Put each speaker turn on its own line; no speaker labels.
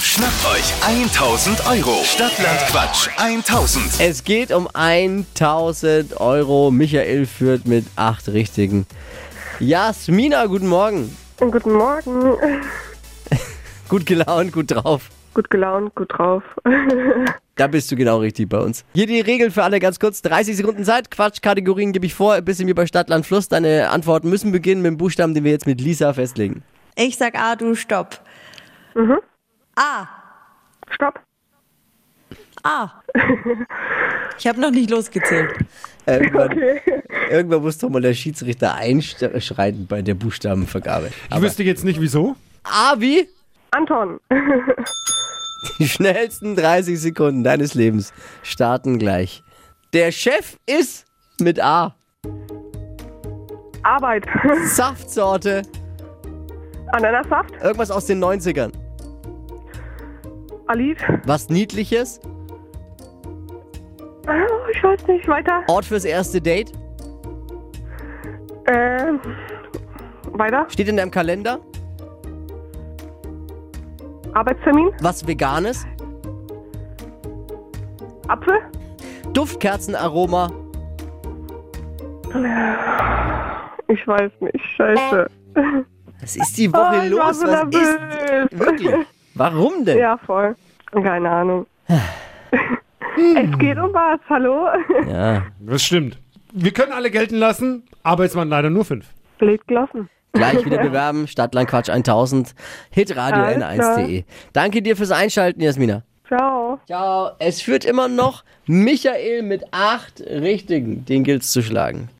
Schnappt euch 1000 Euro. Stadtland Quatsch 1000.
Es geht um 1000 Euro. Michael führt mit acht Richtigen. Jasmina, guten Morgen.
Guten Morgen.
Gut gelaunt, gut drauf.
Gut gelaunt, gut drauf.
Da bist du genau richtig bei uns. Hier die Regeln für alle ganz kurz. 30 Sekunden Zeit. Quatsch, Kategorien gebe ich vor. Ein bisschen wie bei Stadt, Land, Fluss. Deine Antworten müssen beginnen mit dem Buchstaben, den wir jetzt mit Lisa festlegen.
Ich sag A, du stopp. A,
Stopp.
A. Ich habe noch nicht losgezählt.
Irgendwann, Ähm, irgendwann muss doch mal der Schiedsrichter einschreiten bei der Buchstabenvergabe.
Ich wüsste jetzt nicht wieso.
A wie?
Anton.
Die schnellsten 30 Sekunden deines Lebens starten gleich. Der Chef ist mit A.
Arbeit.
Saftsorte.
Ananassaft.
Irgendwas aus den 90ern.
Alice.
Was Niedliches.
Oh, Ich weiß nicht. Weiter.
Ort fürs erste Date.
Ähm. Weiter.
Steht in deinem Kalender.
Arbeitstermin.
Was Veganes.
Apfel.
Duftkerzenaroma.
Ich weiß nicht. Scheiße.
Was ist die
Ah,
Woche
ich war
Oh, los?
so
Was ist
nervös.
wirklich? Warum denn?
Ja, voll. Keine Ahnung.
Ah.
es geht um was. Hallo?
Ja.
Das stimmt. Wir können alle gelten lassen, aber es waren leider nur fünf.
Blöd gelaufen.
Gleich wieder bewerben. Stadtlandquatsch 1000. Hitradio
Alles
n1.de. E. Danke dir fürs Einschalten, Jasmina.
Ciao.
Ciao. Es führt immer noch Michael mit acht Richtigen. Den gilt's zu schlagen.